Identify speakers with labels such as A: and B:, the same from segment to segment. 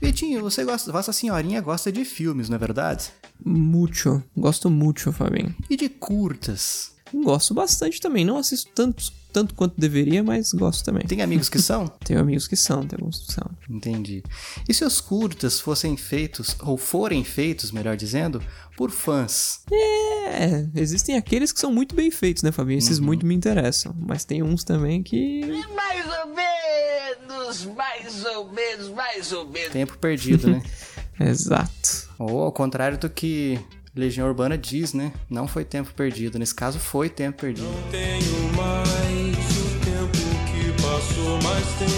A: Vitinho, você gosta, vossa senhorinha gosta de filmes, não é verdade?
B: Mucho. Gosto muito, Fabinho.
A: E de curtas?
B: Gosto bastante também. Não assisto tanto, tanto quanto deveria, mas gosto também.
A: Tem amigos que são?
B: Tenho amigos que são, tem alguns que são.
A: Entendi. E se os curtas fossem feitos, ou forem feitos, melhor dizendo, por fãs?
B: É, existem aqueles que são muito bem feitos, né, Fabinho? Esses
A: Uhum.
B: muito me interessam. Mas tem uns também que.
C: Mais ou menos, mais ou menos, mais ou menos.
A: Tempo perdido, né?
B: Exato.
A: ou ao contrário do que Legião Urbana diz, né? Não foi tempo perdido. Nesse caso, foi tempo perdido.
D: Tenho mais o tempo que passou, mas tenho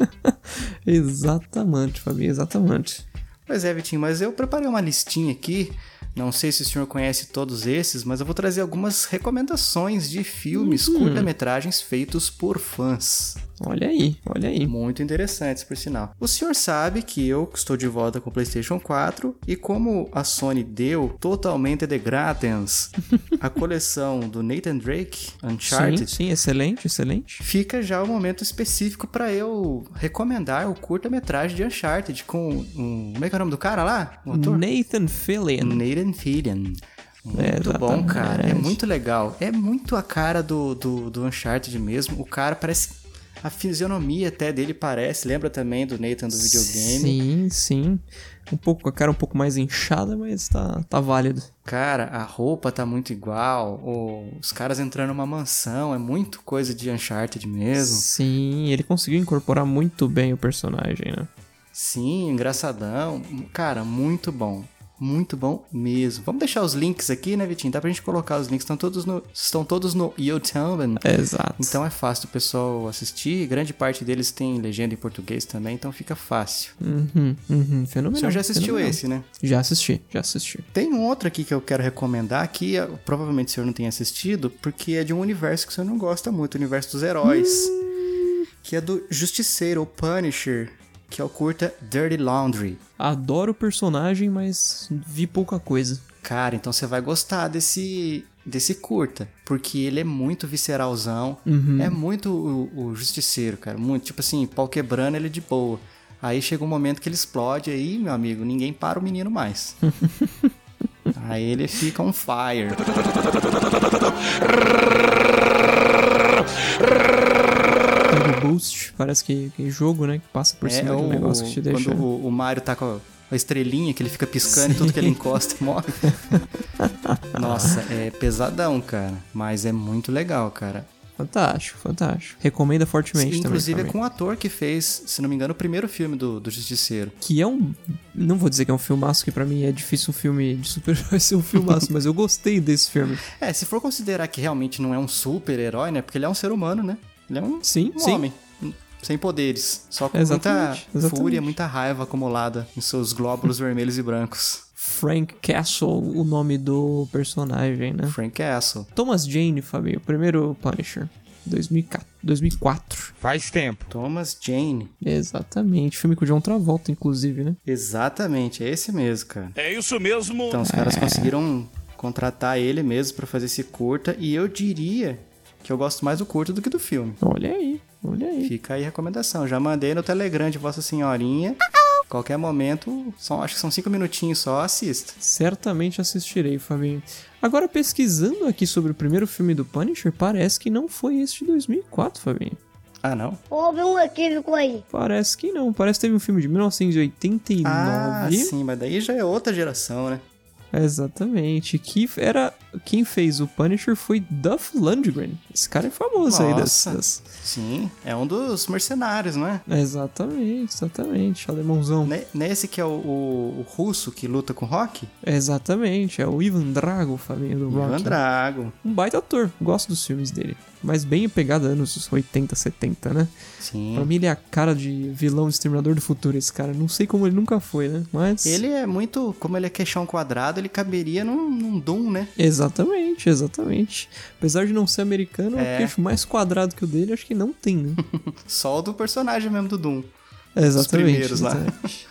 D: muito tempo.
B: exatamente, Fabinho, exatamente.
A: Pois é, Vitinho, mas eu preparei uma listinha aqui. Não sei se o senhor conhece todos esses, mas eu vou trazer algumas recomendações de filmes curta-metragens feitos por fãs.
B: Olha aí, olha aí.
A: Muito interessantes, por sinal. O senhor sabe que eu estou de volta com o PlayStation 4 e como a Sony deu totalmente de grátis a coleção do Nathan Drake
B: Sim,
A: Uncharted,
B: sim, excelente, excelente.
A: fica já o momento específico para eu recomendar o curta-metragem de Uncharted com um, como é que é o nome do cara lá? O ator? Hum,
B: Nathan Fillion.
A: Nathan Fillion.
B: É,
A: Muito
B: exatamente.
A: bom, cara. É
B: Verdade.
A: muito legal. É muito a cara do, do, do Uncharted mesmo. O cara parece. A fisionomia até dele parece. Lembra também do Nathan do videogame.
B: Sim, sim. Um pouco com a cara um pouco mais inchada, mas tá, tá válido.
A: Cara, a roupa tá muito igual. o- Os caras entrando numa mansão. É muito coisa de Uncharted mesmo.
B: Sim, ele conseguiu incorporar muito bem o personagem, né?
A: Sim, engraçadão. Cara, muito bom. Muito bom mesmo. Vamos deixar os links aqui, né, Vitinho? Dá pra gente colocar os links. Estão todos no, estão todos no YouTube.
B: Exato.
A: Então é fácil do pessoal assistir. Grande parte deles tem legenda em português também, então fica fácil.
B: Uhum, uhum,
A: O
B: fenomenal.
A: senhor já assistiu
B: fenomenal.
A: esse, né?
B: Já assisti, já assisti.
A: Tem um outro aqui que eu quero recomendar que eh, provavelmente o senhor não tenha assistido, porque é de um universo que o senhor não gosta muito, o universo dos heróis. Que é do Justiceiro, o Punisher, que é o curta Dirty Laundry.
B: Adoro o personagem, mas vi pouca coisa.
A: Cara, então você vai gostar desse desse curta, porque ele é muito visceralzão,
B: Uhum.
A: é muito o, o justiceiro, cara, muito, tipo assim, pau quebrando ele de boa. Aí chega um momento que ele explode aí, meu amigo, ninguém para o menino mais. aí ele fica on fire.
B: Tá Pega o boost, parece que, que jogo, né? Que passa por cima de um negócio que te deixa.
A: É quando o, o Mario tá com a, a estrelinha que ele fica piscando e tudo que ele encosta morre. Nossa, é pesadão, cara, mas é muito legal, cara.
B: Fantástico, fantástico. Recomenda fortemente também.
A: Inclusive é
B: pra mim.
A: com o ator que fez, se não me engano, o primeiro filme do, do Justiceiro.
B: Que é um. Não vou dizer que é um filmaço, que pra mim é difícil um filme de super-herói ser um filmaço, mas eu gostei desse filme.
A: É, se for considerar que realmente não é um super-herói, né? Porque ele é um ser humano, né? Ele é um,
B: Sim,
A: um
B: sim.
A: homem. um- Sem poderes. Só com
B: Exatamente,
A: muita
B: exatamente.
A: fúria, muita raiva acumulada em seus glóbulos vermelhos e brancos.
B: Frank Castle, o nome do personagem, né?
A: Frank Castle.
B: Thomas Jane, Fabinho, o primeiro Punisher. 2004. 2004.
E: Faz tempo.
A: Thomas Jane.
B: Exatamente. Filme com o John Travolta, inclusive, né?
A: Exatamente, é esse mesmo, cara.
E: É isso mesmo.
A: Então os caras
B: É.
A: conseguiram contratar ele mesmo pra fazer esse curta. E eu diria que eu gosto mais do curta do que do filme.
B: Olha aí, olha aí.
A: Fica aí a recomendação. Já mandei no Telegram de Vossa Senhorinha. Qualquer momento, são, acho que são cinco minutinhos só, assista.
B: Certamente assistirei, Fabinho. Agora, pesquisando aqui sobre o primeiro filme do Punisher, parece que não foi esse de 2004, Fabinho.
A: Ah, não?
F: Houve um equívoco aí.
B: Parece que não. Parece que teve um filme de 1989.
A: Ah, sim, mas daí já é outra geração, né?
B: Exatamente. Que era. Quem fez o Punisher foi Duff Lundgren. Esse cara é famoso aí das-
A: Nossa.
B: das,
A: Sim, é um dos mercenários, não é?
B: Exatamente, exatamente. Alemãozão.
A: Né- Não é esse que é o, o- o russo que luta com o Rock?
B: Exatamente, é o Ivan Drago, Fabinho do Rock.
A: Ivan Drago.
B: Um baita ator, gosto dos filmes dele. Mas bem pegado anos 80, 70, né? Pra
A: Sim.
B: mim ele é a cara de vilão do Exterminador do Futuro, esse cara. Não sei como ele nunca foi, né? Mas...
A: Ele é muito. Como ele é queixão quadrado, ele caberia num, num Doom, né?
B: Exatamente, exatamente. Apesar de não ser americano,
A: É.
B: o queixo mais quadrado que o dele acho que não tem, né?
A: Só o do personagem mesmo do Doom.
B: Exatamente.
A: primeiros lá.
B: exatamente.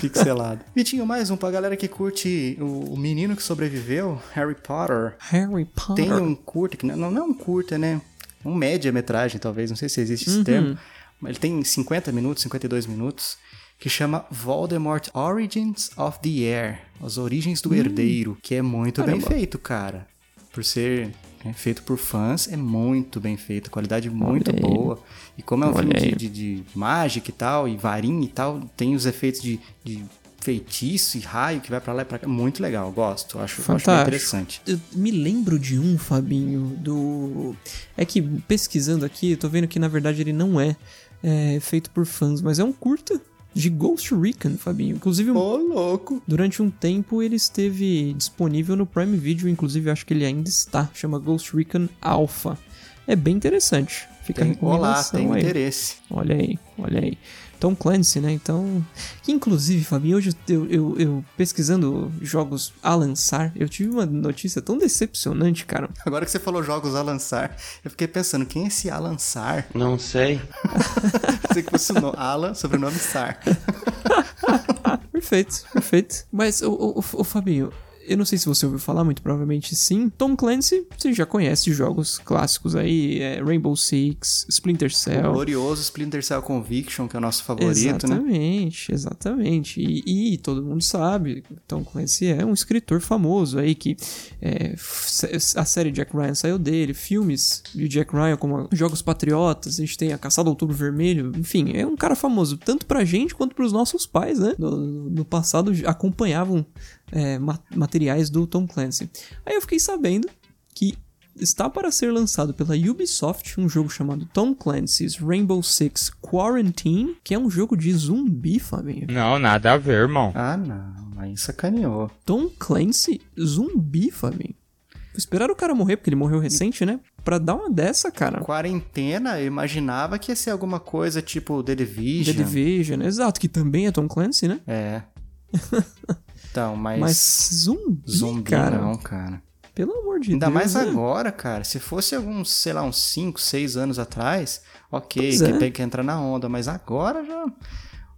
A: Pixelado. Vitinho, mais um pra galera que curte o, o menino que sobreviveu, Harry Potter.
B: Harry Potter.
A: Tem um curta, que não, não é um curta, né? um média-metragem, talvez, não sei se existe esse
B: Uhum.
A: termo. mas Ele tem 50 minutos, 52 minutos, que chama Voldemort Origins of the Heir, As Origens do Herdeiro, que é muito
B: Hum. Caramba.
A: bem feito, cara. Por ser né, feito por fãs, é muito bem feito, qualidade muito
B: aí.
A: boa. E como é um
B: Olha
A: filme
B: aí.
A: de, de, de mágica e tal, e varinha e tal, tem os efeitos de... de feitiço e raio que vai pra lá e pra cá. Muito legal, gosto. Acho, acho bem
B: Fantástico.
A: interessante.
B: Eu me lembro de um, Fabinho, do. É que pesquisando aqui, eu tô vendo que na verdade ele não é, é, feito por fãs, mas é um curta de Ghost Recon, Fabinho. Inclusive, um-
A: Ô, louco!
B: durante um tempo ele esteve disponível no Prime Video, inclusive acho que ele ainda está. Chama Ghost Recon Alpha. É bem interessante. Fica a
A: Tem, olá,
B: recomendação
A: tem
B: aí.
A: interesse.
B: Olha aí, olha aí. Tom Clancy, né? Então. Que inclusive, Fabinho, hoje eu, eu, eu pesquisando jogos a lançar, eu tive uma notícia tão decepcionante, cara.
A: Agora que você falou jogos a lançar, eu fiquei pensando, quem é esse Alan Sar?
D: Não sei.
A: Pensei que fosse o no... Alan, sobrenome Sar.
B: Ah, Perfeito, perfeito. Mas, o, o, Fabinho. Eu não sei se você ouviu falar, muito provavelmente sim. Tom Clancy, você já conhece jogos clássicos aí, é, Rainbow Six, Splinter
A: O
B: Cell.
A: glorioso Splinter Cell Conviction, que é o nosso favorito, né?
B: Exatamente, exatamente. E, e todo mundo sabe, Tom Clancy é um escritor famoso aí que é, f- a série Jack Ryan saiu dele, filmes de Jack Ryan como Jogos Patriotas, a gente tem a Caçada ao Outubro Vermelho, enfim, é um cara famoso tanto pra gente quanto pros nossos pais, né? No, no passado acompanhavam é, ma- materiais do Tom Clancy. Aí eu fiquei sabendo que está para ser lançado pela Ubisoft um jogo chamado Tom Clancy's Rainbow Six Quarantine, que é um jogo de zumbi, Fabinho.
E: Não, nada a ver, irmão.
A: Ah, não. Aí sacaneou.
B: Tom Clancy zumbi, Fabinho. Esperaram o cara morrer, porque ele morreu recente, né? Pra dar uma dessa, cara.
A: Quarentena, eu imaginava que ia ser alguma coisa tipo The
B: The
A: Division.
B: Division, exato, que também é Tom Clancy, né?
A: É. Então, mas...
B: Mas zumbi,
A: Zumbi
B: cara.
A: não, cara.
B: Pelo amor de
A: Ainda
B: Deus.
A: mais
B: né?
A: agora, cara. Se fosse alguns, sei lá, uns 5, 6 anos atrás, ok,
B: Pois
A: que
B: é.
A: tem que entrar na onda, mas agora já.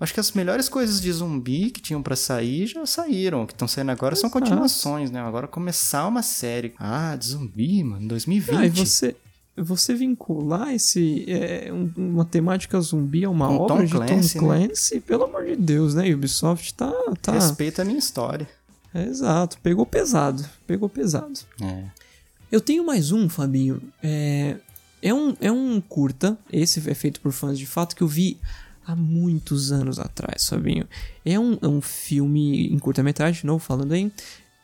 A: Acho que as melhores coisas de zumbi que tinham pra sair já saíram. O que estão saindo agora são
B: Exato.
A: continuações, né? Agora começar uma série. Ah, de zumbi, mano,
B: Ah, e
A: 2020.
B: você, você vincular esse, é, um- uma temática zumbi a uma
A: Com
B: obra
A: Tom
B: de
A: Clancy,
B: Tom
A: né?
B: Clancy, pelo amor de Deus, né? Ubisoft tá. tá
A: Respeita a minha história.
B: é, exato, pegou pesado. Pegou pesado.
A: É.
B: Eu tenho mais um, Fabinho. É, é, um, é um curta, esse é feito por fãs de fato, que eu vi há muitos anos atrás, Fabinho. É um, é um filme em curta-metragem, de novo falando aí,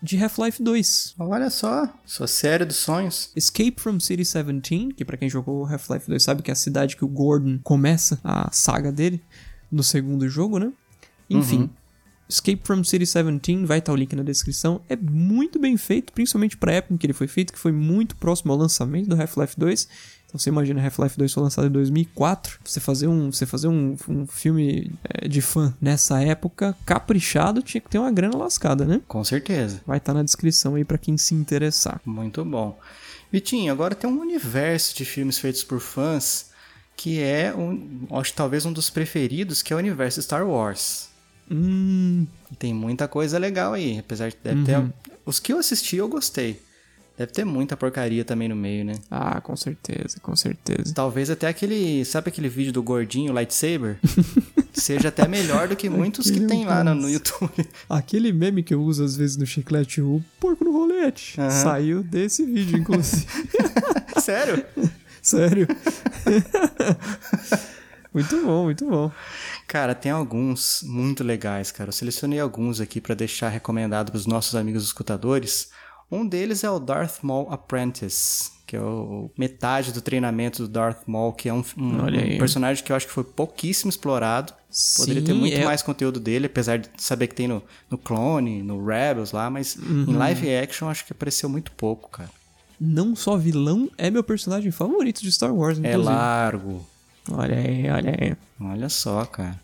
B: de Half-Life 2.
A: Olha só, sua série dos sonhos.
B: Escape from City 17, que pra quem jogou Half-Life 2 sabe que é a cidade que o Gordon começa a saga dele no segundo jogo, né? Enfim, Escape from City 17 vai estar o link na descrição. É muito bem feito, principalmente pra época em que ele foi feito, que foi muito próximo ao lançamento do Half-Life 2. Então você imagina, Half-Life 2 foi lançado em 2004. Você fazer um, você fazer um, um filme eh, de fã nessa época caprichado tinha que ter uma grana lascada, né?
A: Com certeza.
B: Vai estar na descrição aí pra quem se interessar.
A: Muito bom. Vitinho, agora tem um universo de filmes feitos por fãs que é, um, acho que talvez um dos preferidos, que é o universo Star Wars.
B: Hum,
A: E Tem muita coisa legal aí, apesar de deve ter... Os que eu assisti, eu gostei. Deve ter muita porcaria também no meio, né?
B: Ah, com certeza, com certeza.
A: Talvez até aquele... Sabe aquele vídeo do gordinho, lightsaber? Seja até melhor do que muitos que
B: Aquele
A: tem lá no, no
B: alcance.
A: YouTube.
B: Aquele meme que eu uso às vezes no chiclete, o porco no rolete,
A: Aham.
B: saiu desse vídeo, inclusive.
A: Sério?
B: Sério. muito bom, muito bom.
A: Cara, tem alguns muito legais, cara. Eu selecionei alguns aqui pra deixar recomendado pros nossos amigos escutadores. Um deles é o Darth Maul Apprentice, que é o metade do treinamento do Darth Maul, que é um, um-
B: Olha aí.
A: um personagem que eu acho que foi pouquíssimo explorado. Poderia
B: Sim,
A: ter muito
B: é-
A: mais conteúdo dele, apesar de saber que tem no, no Clone, no Rebels lá, mas em
B: Uhum.
A: live action acho que apareceu muito pouco, cara.
B: Não só vilão, é meu personagem favorito de Star Wars,
A: É
B: inclusive.
A: largo.
B: Olha aí, olha aí.
A: Olha só, cara.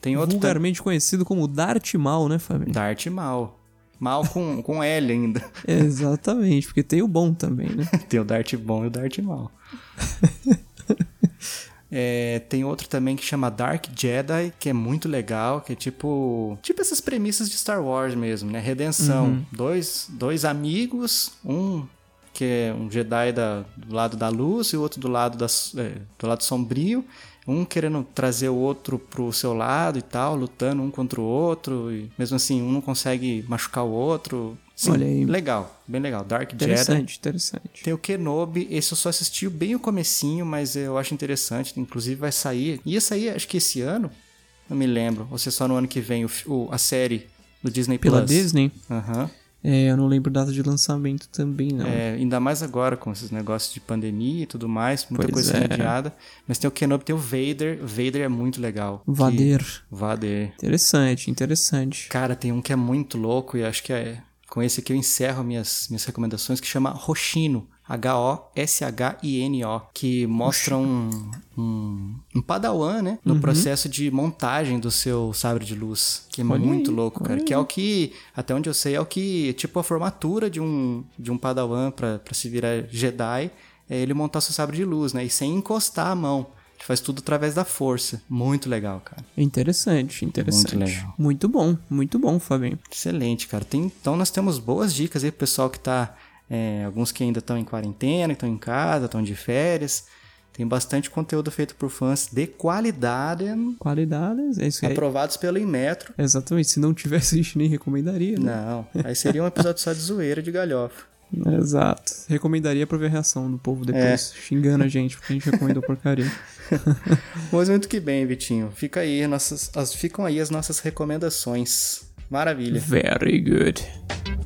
A: Tem outro também.
B: Vulgarmente conhecido como Darth Maul, né, família?
A: Darth Maul. Mal com, com L ainda.
B: Exatamente, porque tem o bom também, né?
A: Tem o Dart bom e o Dart mal. É, tem outro também que chama Dark Jedi, que é muito legal, que é tipo. Tipo essas
B: Uhum.
A: premissas de Star Wars mesmo, né? Redenção. Dois, dois amigos, um que é um Jedi da- do lado da luz e o outro do lado, das- é, do lado sombrio. Um querendo trazer o outro pro seu lado e tal, lutando um contra o outro. E mesmo assim, um não consegue machucar o outro. Sim,
B: Olha aí.
A: Legal, bem legal. Dark Jedi.
B: Interessante, interessante.
A: Tem o Kenobi, esse eu só assisti bem o comecinho, mas eu acho interessante. Inclusive vai sair, ia sair acho que esse ano, não me lembro. Ou se é só no ano que vem, o fi- o- a série do Disney
B: Pela
A: Plus.
B: Disney?
A: Aham.
B: É, eu não lembro data de lançamento também, não.
A: É, ainda mais agora com esses negócios de pandemia e tudo mais, muita
B: Pois
A: coisa sendo
B: é.
A: adiada. Mas tem o Kenobi, tem o Vader. O Vader é muito legal. Que-
B: Vader.
A: Vader.
B: Interessante, interessante.
A: Cara, tem um que é muito louco e acho que é com esse aqui eu encerro minhas, minhas recomendações, que chama Roshino. H-O-S-H-I-N-O, que mostra um, um, um padawan, né? No processo de montagem do seu sabre de luz. Que é muito louco, cara. Que é o que, até onde eu sei, é o que, tipo, a formatura de um, de um padawan pra, pra se virar Jedi, é ele montar seu sabre de luz, né? E sem encostar a mão. Ele faz tudo através da força. Muito legal, cara.
B: Interessante, interessante.
A: legal.
B: Muito bom, muito bom, Fabinho.
A: Excelente, cara. Tem- então nós temos boas dicas aí pro pessoal que tá. é, alguns que ainda estão em quarentena, que estão em casa, estão de férias. Tem bastante conteúdo feito por fãs de qualidade,
B: Qualidades, é isso aí.
A: aprovados pelo Inmetro.
B: Exatamente, se não tivesse isso, nem recomendaria, né?
A: Não, aí seria um episódio só de zoeira de galhofa.
B: Exato. Recomendaria pra ver a reação do povo depois, xingando a gente, porque a gente recomendou porcaria.
A: Mas muito que bem, Vitinho. Fica aí nossas, as- ficam aí as nossas recomendações. Maravilha.
B: Very good.